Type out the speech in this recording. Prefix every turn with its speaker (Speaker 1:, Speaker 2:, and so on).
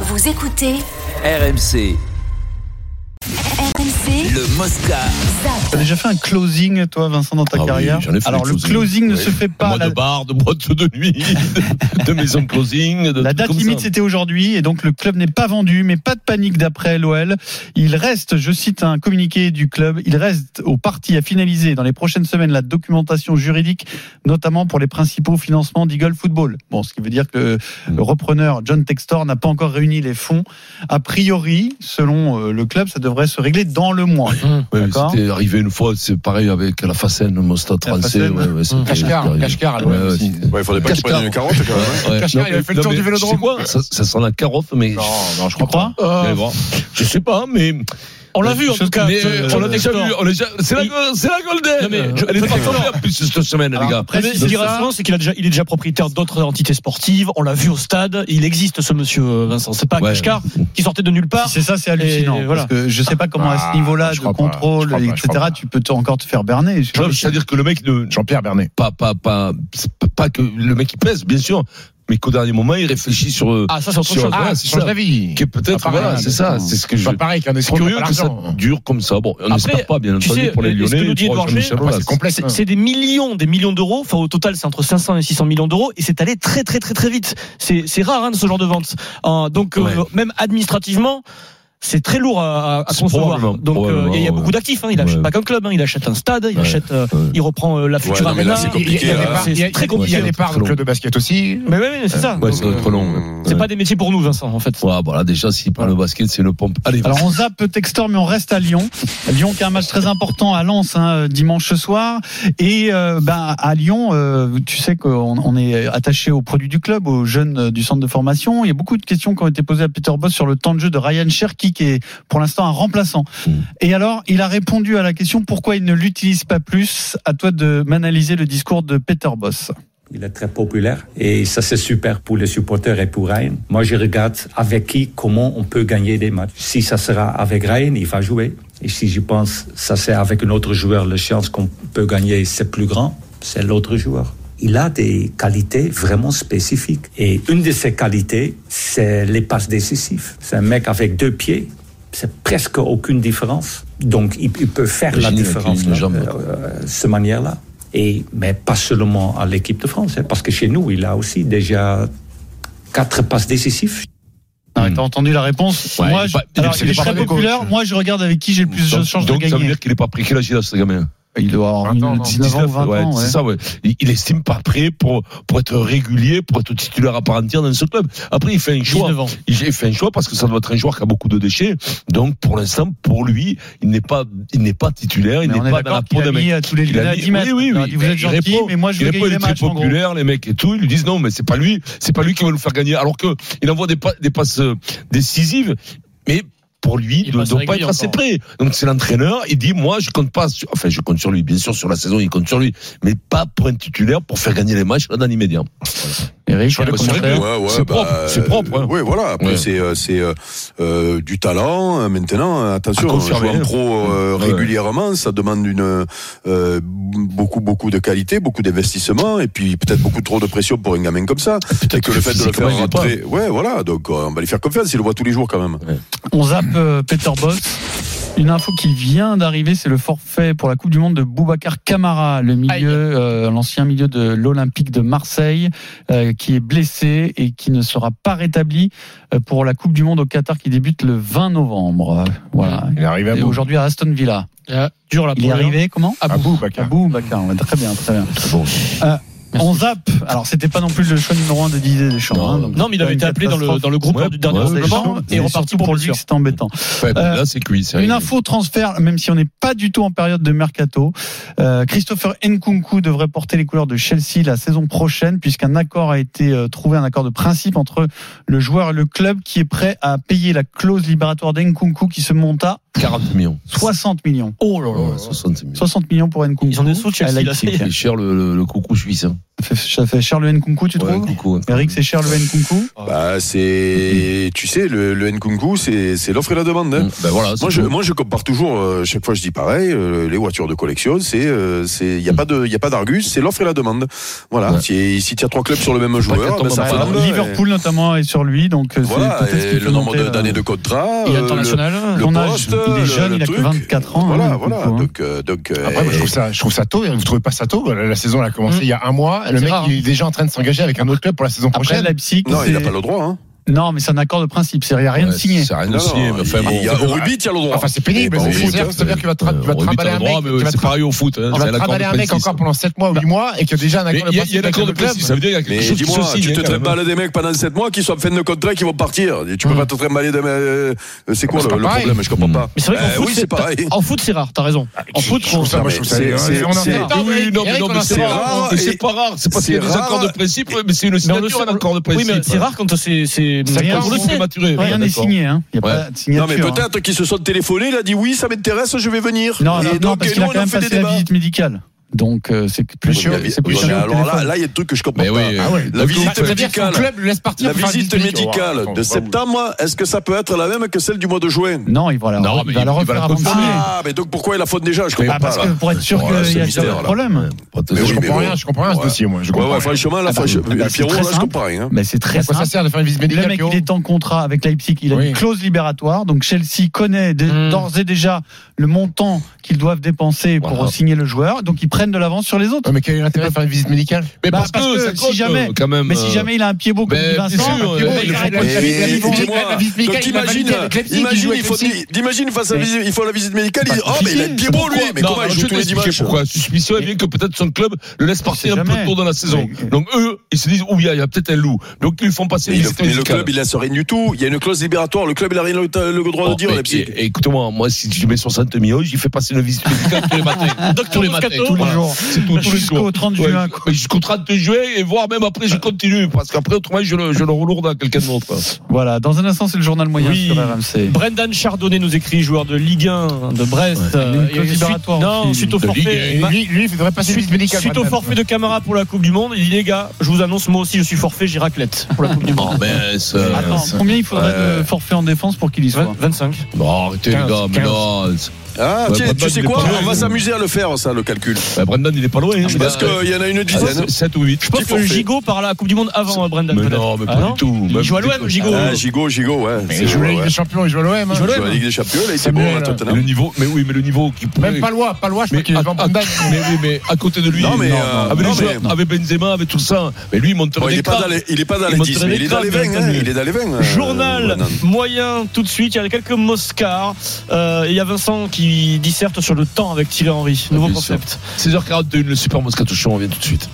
Speaker 1: Vous écoutez
Speaker 2: RMC,
Speaker 1: RMC
Speaker 2: le Mosca.
Speaker 3: T'as déjà fait un closing, toi, Vincent, dans ta
Speaker 4: Ah oui,
Speaker 3: carrière
Speaker 4: j'en ai fait
Speaker 3: Alors,
Speaker 4: des
Speaker 3: le
Speaker 4: closings.
Speaker 3: closing ne
Speaker 4: Oui.
Speaker 3: se fait pas.
Speaker 4: Moi,
Speaker 3: La,
Speaker 4: de bar, de boîte de nuit, de- de maison closing. De
Speaker 3: la
Speaker 4: trucs
Speaker 3: date
Speaker 4: comme
Speaker 3: limite,
Speaker 4: ça.
Speaker 3: c'était aujourd'hui, et donc le club n'est pas vendu, mais pas de panique d'après l'OL. Il reste, je cite un communiqué du club, il reste aux parties à finaliser dans les prochaines semaines la documentation juridique, notamment pour les principaux financements d'Eagle Football. Bon, ce qui veut dire que
Speaker 4: Hmm.
Speaker 3: le repreneur John Textor n'a pas encore réuni les fonds. A priori, selon euh, le club, ça devrait se régler dans le mois.
Speaker 4: Ouais, mais
Speaker 3: D'accord.
Speaker 4: c'était arrivé une fois, c'est pareil avec la Facène, le Mostad
Speaker 3: La
Speaker 4: français.
Speaker 3: Facène.
Speaker 4: Ouais, ouais,
Speaker 5: Mmh.
Speaker 4: c'était- c'était
Speaker 5: Kashkar,
Speaker 4: arrivé.
Speaker 5: Kashkar à
Speaker 4: Ouais,
Speaker 5: l'OM
Speaker 4: ouais,
Speaker 5: aussi.
Speaker 4: c'était-
Speaker 6: Ouais, il faudrait pas qu'il prenne une carotte quand même. hein.
Speaker 4: Ouais.
Speaker 5: Kashkar,
Speaker 4: Non,
Speaker 5: il avait fait le
Speaker 4: non,
Speaker 5: tour
Speaker 4: mais
Speaker 5: du Vélodrome.
Speaker 4: tu sais quoi ça, ça sent la carotte, mais.
Speaker 5: Non, non, je
Speaker 3: Tu
Speaker 5: crois pas.
Speaker 3: crois
Speaker 4: Vous allez voir. Je sais pas, mais.
Speaker 7: On l'a vu en
Speaker 3: Chose
Speaker 7: tout cas.
Speaker 4: mais,
Speaker 7: euh,
Speaker 4: euh, on l'a déjà vu. on l'a déjà- C'est la,
Speaker 7: Il-
Speaker 4: go- c'est la Golden.
Speaker 7: Non, mais-
Speaker 4: Elle est pas tombée en plus cette semaine, les gars.
Speaker 3: Après,
Speaker 7: Ah, Mais
Speaker 3: si
Speaker 7: ce
Speaker 3: c'est
Speaker 7: qui est
Speaker 3: ça-
Speaker 7: rassurant, c'est qu'il a déjà, il est déjà propriétaire d'autres entités sportives. On l'a vu au stade. Il existe ce monsieur euh, Vincent. C'est pas
Speaker 4: Ouais.
Speaker 7: Kashkar qui sortait de nulle part.
Speaker 3: Si c'est ça, c'est hallucinant.
Speaker 7: Et voilà.
Speaker 3: Parce que je sais pas comment à
Speaker 5: Ah,
Speaker 3: ce niveau-là
Speaker 5: je
Speaker 3: de
Speaker 5: crois pas,
Speaker 3: contrôle,
Speaker 5: je crois pas, je
Speaker 3: etc.
Speaker 5: crois pas.
Speaker 3: tu peux te- encore te faire berner. Je-
Speaker 4: Non, C'est-à-dire que le mec ne,
Speaker 5: Jean-Pierre Bernet.
Speaker 4: pas, pas, pas, c'est pas- pas que le mec il pèse, bien sûr, mais qu'au dernier moment il réfléchit sur, euh,
Speaker 7: Ah, ça, c'est autre
Speaker 4: Sur-
Speaker 7: chose.
Speaker 4: Ah,
Speaker 5: Ah,
Speaker 4: c'est
Speaker 5: c'est
Speaker 4: ça.
Speaker 5: change d'avis.
Speaker 4: que peut-être,
Speaker 5: Ah, pareil,
Speaker 4: voilà, c'est ça, c'est ce que
Speaker 5: C'est
Speaker 4: je.
Speaker 5: pas pareil qu'un
Speaker 4: C'est
Speaker 5: escroc.
Speaker 4: curieux
Speaker 5: pas
Speaker 4: que ça
Speaker 5: l'argent.
Speaker 4: dure comme ça. Bon, on
Speaker 7: Après,
Speaker 4: n'espère pas, bien
Speaker 7: tu
Speaker 4: entendu,
Speaker 7: sais,
Speaker 4: pour les
Speaker 7: ce que
Speaker 4: Lyonnais.
Speaker 7: nous dit
Speaker 4: pour
Speaker 7: Edouard
Speaker 4: Jean-Michel
Speaker 7: Gé,
Speaker 5: Ah,
Speaker 4: Aulas.
Speaker 5: C'est complexe.
Speaker 7: C'est c'est des millions, des millions d'euros. Enfin, au total, c'est entre 500 et 600 millions d'euros. Et c'est allé très, très, très, très vite. C'est c'est rare, hein, de ce genre de vente. Euh, donc, euh,
Speaker 4: Ouais.
Speaker 7: même administrativement, c'est très lourd à, à
Speaker 4: C'est
Speaker 7: concevoir.
Speaker 4: probablement,
Speaker 7: Donc, euh, il y a- il y a
Speaker 4: probablement,
Speaker 7: beaucoup
Speaker 4: ouais.
Speaker 7: d'actifs. hein. Il achète
Speaker 4: Ouais.
Speaker 7: pas qu'un club. hein. Il achète un stade. Il
Speaker 4: Ouais.
Speaker 7: achète. euh,
Speaker 4: Ouais.
Speaker 7: Il reprend euh, la future
Speaker 6: non, mais là,
Speaker 7: arena.
Speaker 6: c'est
Speaker 5: Il y a- il y a
Speaker 6: compliqué,
Speaker 5: des
Speaker 6: hein.
Speaker 5: parts- il y a-
Speaker 7: C'est très
Speaker 5: Il y a des parts
Speaker 4: compliqué.
Speaker 5: de club de basket aussi.
Speaker 7: Mais oui, mais c'est ça.
Speaker 4: Ouais, ça va être long. ouais.
Speaker 7: C'est pas des métiers pour nous, Vincent, en fait.
Speaker 4: Ouais, voilà, déjà, s'il prend le basket, c'est le pompe. Allez,
Speaker 3: Alors on zappe Textor, mais on reste à Lyon. Lyon qui a un match très important à Lens hein, dimanche soir. Et euh, ben, à Lyon, euh, tu sais qu'on on est attaché aux produits du club, aux jeunes euh, du centre de formation. Il y a beaucoup de questions qui ont été posées à Peter Boss sur le temps de jeu de Ryan Cherky, qui est pour l'instant un remplaçant.
Speaker 5: Hmm.
Speaker 4: Mm.
Speaker 3: Et alors, il a répondu à la question pourquoi il ne l'utilise pas plus. À toi de m'analyser le discours de Peter Boss.
Speaker 8: Il est très populaire et ça c'est super pour les supporters et pour Ryan. Moi je regarde avec qui, comment on peut gagner des matchs. Si ça sera avec Ryan, il va jouer. Et si je pense ça c'est avec un autre joueur, la chance qu'on peut gagner c'est plus grand, c'est l'autre joueur. Il a des qualités vraiment spécifiques. Et une de ses qualités, c'est les passes décisives. C'est un mec avec deux pieds. C'est presque aucune différence. Donc, il, il peut faire la
Speaker 4: Imagine avec
Speaker 8: différence
Speaker 4: une
Speaker 8: là,
Speaker 4: jambe.
Speaker 8: euh, euh, ce manière-là. Et, mais pas seulement à l'équipe de France, hein, parce que chez nous, il a aussi déjà quatre passes décisives.
Speaker 3: Ah, T'as entendu la réponse
Speaker 4: Ouais, il
Speaker 3: Moi,
Speaker 4: est
Speaker 3: je,
Speaker 4: pas- il est-
Speaker 3: alors,
Speaker 4: c'est
Speaker 3: il est
Speaker 4: pas
Speaker 3: très
Speaker 4: le coach.
Speaker 3: populaire. Moi, je regarde avec qui j'ai le plus de
Speaker 4: donc,
Speaker 3: chances de
Speaker 4: donc, ça veut
Speaker 3: gagner.
Speaker 4: dire qu'il est pas pris quel âge il a ce gamin
Speaker 3: Il doit avoir
Speaker 5: 20 ans, non
Speaker 3: 19 ans ou 20
Speaker 4: ouais,
Speaker 3: ans. ouais.
Speaker 4: c'est ça ouais il, il estime pas prêt pour pour être régulier pour être titulaire à part entière dans ce club après il fait un choix
Speaker 7: 19 ans.
Speaker 4: il il fait un choix parce que ça doit être un joueur qui a beaucoup de déchets donc pour l'instant pour lui il n'est pas il n'est pas titulaire il
Speaker 3: Mais
Speaker 4: n'est
Speaker 3: on est
Speaker 4: pas dans la
Speaker 3: d'accord qu'il
Speaker 4: peau
Speaker 3: a
Speaker 4: d'un mec
Speaker 3: mis à tous les
Speaker 4: Il a
Speaker 3: gars à
Speaker 4: mis-
Speaker 3: 10 mètres.
Speaker 4: oui,
Speaker 3: Il
Speaker 4: oui,
Speaker 3: a
Speaker 4: oui.
Speaker 3: dit, vous êtes
Speaker 4: Il
Speaker 3: gentil,
Speaker 4: répond-
Speaker 3: mais moi je
Speaker 4: il
Speaker 3: veux
Speaker 4: répond,
Speaker 3: gagner
Speaker 4: il
Speaker 3: les
Speaker 4: est très
Speaker 3: matchs. en gros.
Speaker 4: populaire, les mecs et tout. Ils lui disent non, mais c'est pas lui, c'est pas lui qui va nous faire gagner. Alors que il envoie des, pa- des passes euh, décisives, mais pour lui, il
Speaker 7: Il
Speaker 4: ne
Speaker 7: passe
Speaker 4: doit pas
Speaker 7: régulier
Speaker 4: être assez
Speaker 7: encore.
Speaker 4: près. Donc c'est l'entraîneur, il dit moi je compte pas, sur- enfin je compte sur lui, bien sûr sur la saison il compte sur lui, mais pas pour un titulaire pour faire gagner les matchs là dans l'immédiat.
Speaker 3: Eric,
Speaker 4: Bah, c'est vrai que c'est propre, c'est propre. hein.
Speaker 6: Oui, voilà. Après,
Speaker 4: Ouais.
Speaker 6: c'est, euh, c'est euh, euh, du talent. Euh, Maintenant, euh,
Speaker 4: À
Speaker 6: attention,
Speaker 4: confirmer.
Speaker 6: jouer en pro euh,
Speaker 4: Ouais.
Speaker 6: régulièrement, ça demande une euh, beaucoup, beaucoup de qualité, beaucoup d'investissement, et puis peut-être beaucoup trop de pression pour un gamin comme ça. Et que le fait de le
Speaker 4: Ah, physiquement,
Speaker 6: faire
Speaker 4: il est pas.
Speaker 6: rentrer, ouais, voilà. Donc, euh, on va lui faire confiance. Il le voit tous les jours quand même.
Speaker 3: On zappe euh, Peter Boss. Une info qui vient d'arriver, c'est le forfait pour la Coupe du Monde de Boubacar Camara, le milieu, euh, l'ancien milieu de l'Olympique de Marseille, euh, qui est blessé et qui ne sera pas rétabli euh, pour la Coupe du Monde au Qatar qui débute le 20 novembre. Euh, Voilà.
Speaker 5: Il est arrivé à
Speaker 3: Et
Speaker 5: bout.
Speaker 3: Aujourd'hui à Aston Villa.
Speaker 7: Dur la
Speaker 3: Ah. Il est arrivé comment
Speaker 5: À bout, Bakar.
Speaker 3: Abou Bakar, ouais, très bien, très bien. Euh, on zappe. Alors, c'était pas non plus le choix numéro un de Didier Deschamps.
Speaker 4: Non.
Speaker 3: hein, donc
Speaker 7: Non, mais il avait
Speaker 3: Une
Speaker 7: été appelé dans le,
Speaker 3: catastrophe.
Speaker 7: dans le groupe
Speaker 4: Ouais,
Speaker 7: lors du dernier
Speaker 4: ouais,
Speaker 7: entraînement et reparti pour
Speaker 3: pour
Speaker 7: le
Speaker 3: lui, c'est embêtant.
Speaker 4: Ouais, mais
Speaker 3: Euh,
Speaker 4: là c'est cuit. c'est
Speaker 3: Une
Speaker 4: réglé.
Speaker 3: info transfert, même si on n'est pas du tout en période de mercato. euh, Christopher Nkunku devrait porter les couleurs de Chelsea la saison prochaine, puisqu'un accord a été euh, trouvé, un accord de principe entre le joueur et le club qui est prêt à payer la clause libératoire d'Nkunku qui se monte à
Speaker 4: 40 millions.
Speaker 3: 60 millions.
Speaker 7: Oh là
Speaker 4: Ouais,
Speaker 7: là.
Speaker 4: 60 millions.
Speaker 3: 60 millions pour Nkunku.
Speaker 7: Ils ont des sous, Chelsea,
Speaker 3: I like
Speaker 7: là, c'est-
Speaker 3: it.
Speaker 4: C'est cher le, le, le coucou suisse. Hein.
Speaker 3: Ça fait cher le Nkunku, tu
Speaker 4: Ouais,
Speaker 3: trouves
Speaker 4: le coucou, hein.
Speaker 3: Eric, c'est cher le Nkunku
Speaker 4: Ah.
Speaker 6: Bah,
Speaker 4: Mm-hmm.
Speaker 6: c'est, tu sais, le, le Nkunku, c'est, c'est l'offre et la demande. hein.
Speaker 4: Mmh. Ben voilà, c'est
Speaker 6: Moi je,
Speaker 4: tout.
Speaker 6: moi, je compare toujours, euh, chaque fois je dis pareil, euh, les voitures de collection, c'est, euh, c'est, il n'y a pas de, il a pas d'argus, c'est l'offre et la demande. Voilà.
Speaker 4: Ouais.
Speaker 6: Si, si tu as trois clubs sur le même
Speaker 4: Faut pas
Speaker 6: joueur,
Speaker 4: qu'elle
Speaker 6: ben,
Speaker 4: tombe
Speaker 6: ça
Speaker 4: en
Speaker 6: fait
Speaker 4: panne.
Speaker 6: un peu,
Speaker 3: Liverpool notamment est sur lui, donc euh,
Speaker 6: et-
Speaker 3: c'est
Speaker 6: Voilà.
Speaker 3: peut-être ce qui
Speaker 6: et
Speaker 3: fait
Speaker 6: le nombre
Speaker 3: monter, euh,
Speaker 6: de-
Speaker 3: là.
Speaker 6: d'années de contrat.
Speaker 7: Il est
Speaker 6: euh,
Speaker 7: international. hein.
Speaker 6: le
Speaker 3: Ton
Speaker 6: poste,
Speaker 3: âge, il est
Speaker 6: le-
Speaker 3: jeune,
Speaker 6: le
Speaker 3: il a
Speaker 6: truc.
Speaker 3: que 24 ans.
Speaker 6: Voilà,
Speaker 3: hein,
Speaker 6: voilà.
Speaker 3: Nkunku, hein.
Speaker 6: Donc, euh, donc, euh,
Speaker 1: Après, moi, je trouve ça, je trouve ça tôt. hein. Vous trouvez pas ça tôt La, la saison elle a commencé
Speaker 7: Mm.
Speaker 1: il y a un mois. Le
Speaker 7: C'est
Speaker 1: mec
Speaker 7: rare,
Speaker 1: il est déjà en train de s'engager avec un autre club pour la saison
Speaker 3: Après
Speaker 1: prochaine.
Speaker 3: Leipzig,
Speaker 6: non, il n'a
Speaker 3: c'est-
Speaker 6: pas le droit. Hein.
Speaker 3: non, mais c'est un accord de principe, c'est il n'y a rien de
Speaker 4: Ouais,
Speaker 3: signé.
Speaker 4: C'est rien de
Speaker 6: Non,
Speaker 4: signé,
Speaker 6: non,
Speaker 4: mais enfin
Speaker 6: il-
Speaker 4: bon.
Speaker 6: il y a- au rugby, tiens le droit.
Speaker 1: Enfin, c'est pénible.
Speaker 6: Et
Speaker 1: c'est-
Speaker 6: bah, au foot,
Speaker 1: C'est-à-dire
Speaker 6: hein,
Speaker 1: c'est-à-dire qu'il va te
Speaker 4: Euh,
Speaker 1: tu vas
Speaker 4: au rugby,
Speaker 1: trimballer
Speaker 4: t'as
Speaker 1: un
Speaker 4: le droit,
Speaker 1: mec.
Speaker 4: mais
Speaker 1: tu vas
Speaker 4: C'est
Speaker 1: te-
Speaker 4: pareil au foot. hein,
Speaker 1: On
Speaker 4: c'est
Speaker 1: va
Speaker 4: l'accord de
Speaker 1: trimballer un mec
Speaker 4: principe, ça.
Speaker 1: encore pendant 7 mois, 8 mois, et qu'il y a déjà un
Speaker 4: Mais
Speaker 1: accord de
Speaker 4: il y a- il y
Speaker 1: principe
Speaker 4: a
Speaker 1: avec
Speaker 4: d'accord de
Speaker 1: le club.
Speaker 4: principe, ça veut dire qu'il y a quelque
Speaker 6: Mais
Speaker 4: chose qui se
Speaker 6: dis-moi,
Speaker 4: signe.
Speaker 6: tu te
Speaker 4: hein, quand même.
Speaker 6: trimbales des mecs pendant 7 mois qui sont en fin de contrat et qui vont partir. Tu peux pas te trimballer des mecs. euh, C'est quoi
Speaker 1: C'est
Speaker 6: le,
Speaker 1: pas
Speaker 6: le
Speaker 1: pareil.
Speaker 6: problème Je comprends pas.
Speaker 7: Mais c'est vrai qu'en
Speaker 6: Euh,
Speaker 7: foot,
Speaker 6: oui,
Speaker 7: c'est
Speaker 6: c'est pareil.
Speaker 7: En foot, c'est rare, t'as raison. En foot,
Speaker 1: Je trouve
Speaker 7: on-
Speaker 1: ça, moi, je
Speaker 6: Non,
Speaker 1: trouve ça.
Speaker 6: mais c'est-
Speaker 1: on en
Speaker 6: c'est-
Speaker 1: parle.
Speaker 4: Oui, non, mais
Speaker 1: Eric,
Speaker 4: non,
Speaker 1: on
Speaker 4: mais
Speaker 1: en
Speaker 4: c'est
Speaker 1: parle.
Speaker 4: rare. Mais c'est pas rare. C'est parce
Speaker 6: C'est
Speaker 4: qu'il y a des
Speaker 6: rare.
Speaker 4: accords de principe, mais c'est une
Speaker 7: Mais on le
Speaker 4: signature,
Speaker 7: sait-
Speaker 4: un accord de
Speaker 7: Oui,
Speaker 4: principe.
Speaker 7: mais c'est rare quand c'est. c'est-
Speaker 3: Ça
Speaker 7: c'est
Speaker 3: vient
Speaker 7: pour le
Speaker 3: souvent.
Speaker 7: coup,
Speaker 4: prématuré. ouais,
Speaker 3: Rien n'est
Speaker 4: d'accord.
Speaker 3: signé, hein. il n'y a
Speaker 4: Ouais.
Speaker 3: pas de signature.
Speaker 6: Non, mais
Speaker 3: hein.
Speaker 6: peut-être qu'ils se sont téléphonés, il a dit oui, ça m'intéresse, je vais venir.
Speaker 3: Non, non,
Speaker 6: et
Speaker 3: non,
Speaker 6: donc,
Speaker 3: parce
Speaker 6: et
Speaker 3: qu'il a
Speaker 6: nous,
Speaker 3: quand
Speaker 6: on a
Speaker 3: même
Speaker 6: fait des
Speaker 3: passé la
Speaker 6: débats.
Speaker 3: visite médicale. Donc euh, c'est plus
Speaker 6: Oui,
Speaker 3: sûr.
Speaker 6: mais la-
Speaker 3: C'est plus
Speaker 6: oui,
Speaker 3: sûr
Speaker 6: mais
Speaker 3: au
Speaker 6: alors là,
Speaker 3: téléphone.
Speaker 6: là, il y a des trucs que je comprends
Speaker 4: Mais
Speaker 6: pas.
Speaker 4: oui.
Speaker 1: Ah ouais.
Speaker 6: bah, La visite
Speaker 1: Ça veut dire que le
Speaker 6: médicale.
Speaker 1: club le laisse partir
Speaker 6: La
Speaker 1: pour faire
Speaker 6: visite
Speaker 1: du public.
Speaker 6: médicale
Speaker 1: Oh,
Speaker 6: de septembre, est-ce que ça peut être la même que celle du mois de juin
Speaker 3: Non, il va la,
Speaker 4: Non,
Speaker 3: il
Speaker 4: mais
Speaker 3: va la
Speaker 4: il va
Speaker 3: refaire
Speaker 4: la
Speaker 3: avant de
Speaker 4: confirmer.
Speaker 3: signer.
Speaker 6: Ah, mais donc pourquoi il la faute déjà Je comprends
Speaker 3: Ah,
Speaker 6: pas.
Speaker 3: parce
Speaker 6: là.
Speaker 3: que pour être sûr
Speaker 6: Oh,
Speaker 3: qu'il
Speaker 6: là,
Speaker 3: y
Speaker 6: ce
Speaker 3: a
Speaker 6: mystère,
Speaker 3: ce
Speaker 6: là.
Speaker 3: problème.
Speaker 1: Mais
Speaker 6: Oui,
Speaker 1: je
Speaker 6: mais
Speaker 1: comprends
Speaker 6: bon.
Speaker 1: rien, je comprends rien à ce
Speaker 6: Ouais.
Speaker 1: dossier, moi. Je
Speaker 6: Ouais,
Speaker 1: comprends
Speaker 6: ouais,
Speaker 1: rien.
Speaker 6: franchement, là,
Speaker 3: Ah, bah,
Speaker 6: franchement,
Speaker 3: ah, bah, c'est
Speaker 6: Pierrot,
Speaker 3: très
Speaker 6: là, je
Speaker 3: simple.
Speaker 6: comprends rien. hein.
Speaker 3: Mais c'est très
Speaker 1: À quoi ça
Speaker 3: simple.
Speaker 1: sert de faire une visite
Speaker 3: Le
Speaker 1: médicale
Speaker 3: mec,
Speaker 1: Pierrot
Speaker 3: il est en contrat avec Leipzig, il a
Speaker 1: Oui.
Speaker 3: une clause libératoire. Donc Chelsea connaît dé-
Speaker 7: Hmm.
Speaker 3: d'ores et déjà le montant qu'ils doivent dépenser pour
Speaker 4: Voilà.
Speaker 3: signer le joueur. Donc ils prennent de l'avance sur les autres.
Speaker 1: Ouais, Oh, Mais quel est l'intérêt de faire une visite médicale
Speaker 4: Mais
Speaker 3: Bah,
Speaker 4: parce
Speaker 3: parce
Speaker 4: que
Speaker 3: que
Speaker 4: ça
Speaker 3: si
Speaker 4: cote,
Speaker 3: jamais-
Speaker 4: quand même.
Speaker 3: mais si
Speaker 4: euh,
Speaker 3: jamais il a un pied beau comme
Speaker 4: ben,
Speaker 3: dit
Speaker 4: bien
Speaker 3: Vincent,
Speaker 4: sûr,
Speaker 3: le
Speaker 4: euh,
Speaker 3: mec,
Speaker 4: il
Speaker 3: il
Speaker 4: faut-
Speaker 3: arrête
Speaker 1: La
Speaker 3: pas de
Speaker 1: visite-
Speaker 6: Mais
Speaker 1: la visite
Speaker 6: dis-moi,
Speaker 1: médicale, la visite
Speaker 6: Donc
Speaker 1: médicale, il va
Speaker 6: t'imagines,
Speaker 1: valider avec Leipzig, il joue
Speaker 6: imagine,
Speaker 1: avec
Speaker 6: il faut,
Speaker 1: Leipzig.
Speaker 6: t'imagines, il fasse la visite, il faut la visite médicale, il dit, oh, mais il est pied beau, lui, mais
Speaker 4: Non,
Speaker 6: comment il
Speaker 4: je
Speaker 6: joue
Speaker 4: vais
Speaker 6: tous les
Speaker 4: t'expliquer
Speaker 6: dimanches?
Speaker 4: pourquoi. Suspicion est bien que peut-être son club le laisse
Speaker 3: sait
Speaker 4: partir un peu
Speaker 3: jamais.
Speaker 4: tôt dans la saison.
Speaker 3: Mais-
Speaker 4: Donc eux, ils se disent, oh, il y a- il y a peut-être un loup. Donc ils font passer
Speaker 6: Mais
Speaker 4: une
Speaker 6: le,
Speaker 4: visite
Speaker 6: mais le
Speaker 4: médicale.
Speaker 6: club, il laisse rien du tout. Il y a une clause libératoire. Le club, il a rien le, le droit
Speaker 4: Bon,
Speaker 6: de dire,
Speaker 4: Oh, mais-
Speaker 6: Leipzig.
Speaker 4: et- et Écoute-moi, moi, si tu mets 60 millions, j'y fais passer une visite médicale tous les matins. tous les matins,
Speaker 7: Moscato.
Speaker 4: tous les
Speaker 3: Voilà.
Speaker 4: jours. C'est tout, tous les
Speaker 3: Jusqu'au
Speaker 4: jours.
Speaker 3: 30
Speaker 4: Ouais,
Speaker 3: juin.
Speaker 4: mais Jusqu'au 30 juin, et voire même après, je continue. Parce qu'après, autrement, je le, je le relourde à quelqu'un d'autre.
Speaker 3: Voilà, dans un instant, c'est le journal moyen
Speaker 7: Oui.
Speaker 3: sur RMC.
Speaker 7: Brendan Chardonnay nous écrit, joueur de Ligue 1 de Brest. Euh,
Speaker 3: Une clause
Speaker 7: et suite,
Speaker 3: libératoire
Speaker 7: non,
Speaker 3: aussi.
Speaker 7: suite au
Speaker 4: De
Speaker 7: forfait.
Speaker 4: Ligue
Speaker 7: Ma-
Speaker 1: Lui, lui, il devrait passer une visite médicale.
Speaker 7: Suite au
Speaker 1: Brandon.
Speaker 7: forfait de Camara pour la Coupe du Monde, il dit les gars, je vous annonce, moi aussi je suis forfait, j'ai raclette pour la Coupe du Monde.
Speaker 4: Non, mais c'est-
Speaker 3: Attends, combien il faudrait de forfait en défense pour qu'il y soit
Speaker 7: Vingt- 25.
Speaker 4: Non, arrêtez, les gars, mais non. c'est-
Speaker 6: Ah,
Speaker 4: Ouais,
Speaker 6: tiens,
Speaker 4: Brandon,
Speaker 6: tu sais
Speaker 4: il est
Speaker 6: quoi?
Speaker 4: pas
Speaker 6: On
Speaker 4: loin,
Speaker 6: va
Speaker 4: nous.
Speaker 6: s'amuser à le faire, ça, le calcul.
Speaker 4: Ben, Brendan, il est pas loin.
Speaker 6: Je pense qu'il y en a une dizaine.
Speaker 4: 7 ou 8.
Speaker 7: Je pense
Speaker 6: Petit
Speaker 7: que
Speaker 6: forfait.
Speaker 7: Gigot part à la Coupe du Monde avant hein, Brendan.
Speaker 4: Mais
Speaker 7: peut-être.
Speaker 4: non, mais
Speaker 7: Ah
Speaker 4: pas du tout.
Speaker 7: Il
Speaker 4: Même
Speaker 7: joue à l'OM,
Speaker 4: plutôt.
Speaker 7: Gigot.
Speaker 6: Ah, Gigot, Gigot, ouais.
Speaker 1: Mais
Speaker 6: c'est
Speaker 1: Il joue
Speaker 6: vrai,
Speaker 1: la Ligue
Speaker 6: ouais.
Speaker 1: des Champions, il joue à hein. l'OM.
Speaker 6: Il joue à la Ligue des Champions, là, il était bon à
Speaker 1: Samuel,
Speaker 4: Mais le
Speaker 6: Tottenham.
Speaker 4: niveau, mais oui, mais le niveau qui
Speaker 1: Même pas loin, pas loin, je crois
Speaker 4: Mais,
Speaker 1: qu'il
Speaker 4: à,
Speaker 1: est devant
Speaker 4: à-
Speaker 1: Brandon.
Speaker 4: mais oui, mais à côté de lui,
Speaker 6: Non, mais,
Speaker 4: non,
Speaker 6: euh,
Speaker 4: avec,
Speaker 6: non,
Speaker 4: les joueurs,
Speaker 6: mais-
Speaker 4: avec Benzema, avec tout ça, mais lui il monte
Speaker 6: Bon, il
Speaker 4: des
Speaker 6: est pas
Speaker 4: crabes.
Speaker 6: dans les, il est pas dans
Speaker 4: Il
Speaker 6: les
Speaker 4: monte
Speaker 6: 10,
Speaker 4: dans
Speaker 6: mais
Speaker 4: les
Speaker 6: il est dans les
Speaker 4: crabes,
Speaker 6: 20, hein.
Speaker 4: Anthony.
Speaker 6: Il est dans les 20. euh,
Speaker 7: Journal
Speaker 6: Brendan.
Speaker 7: moyen tout de suite, il y a quelques Moscars. Euh, et il y a Vincent qui disserte sur le temps avec Thierry Henry. Nouveau
Speaker 4: bien
Speaker 7: concept.
Speaker 4: 16h41, le Super Moscato Show, on vient tout de suite.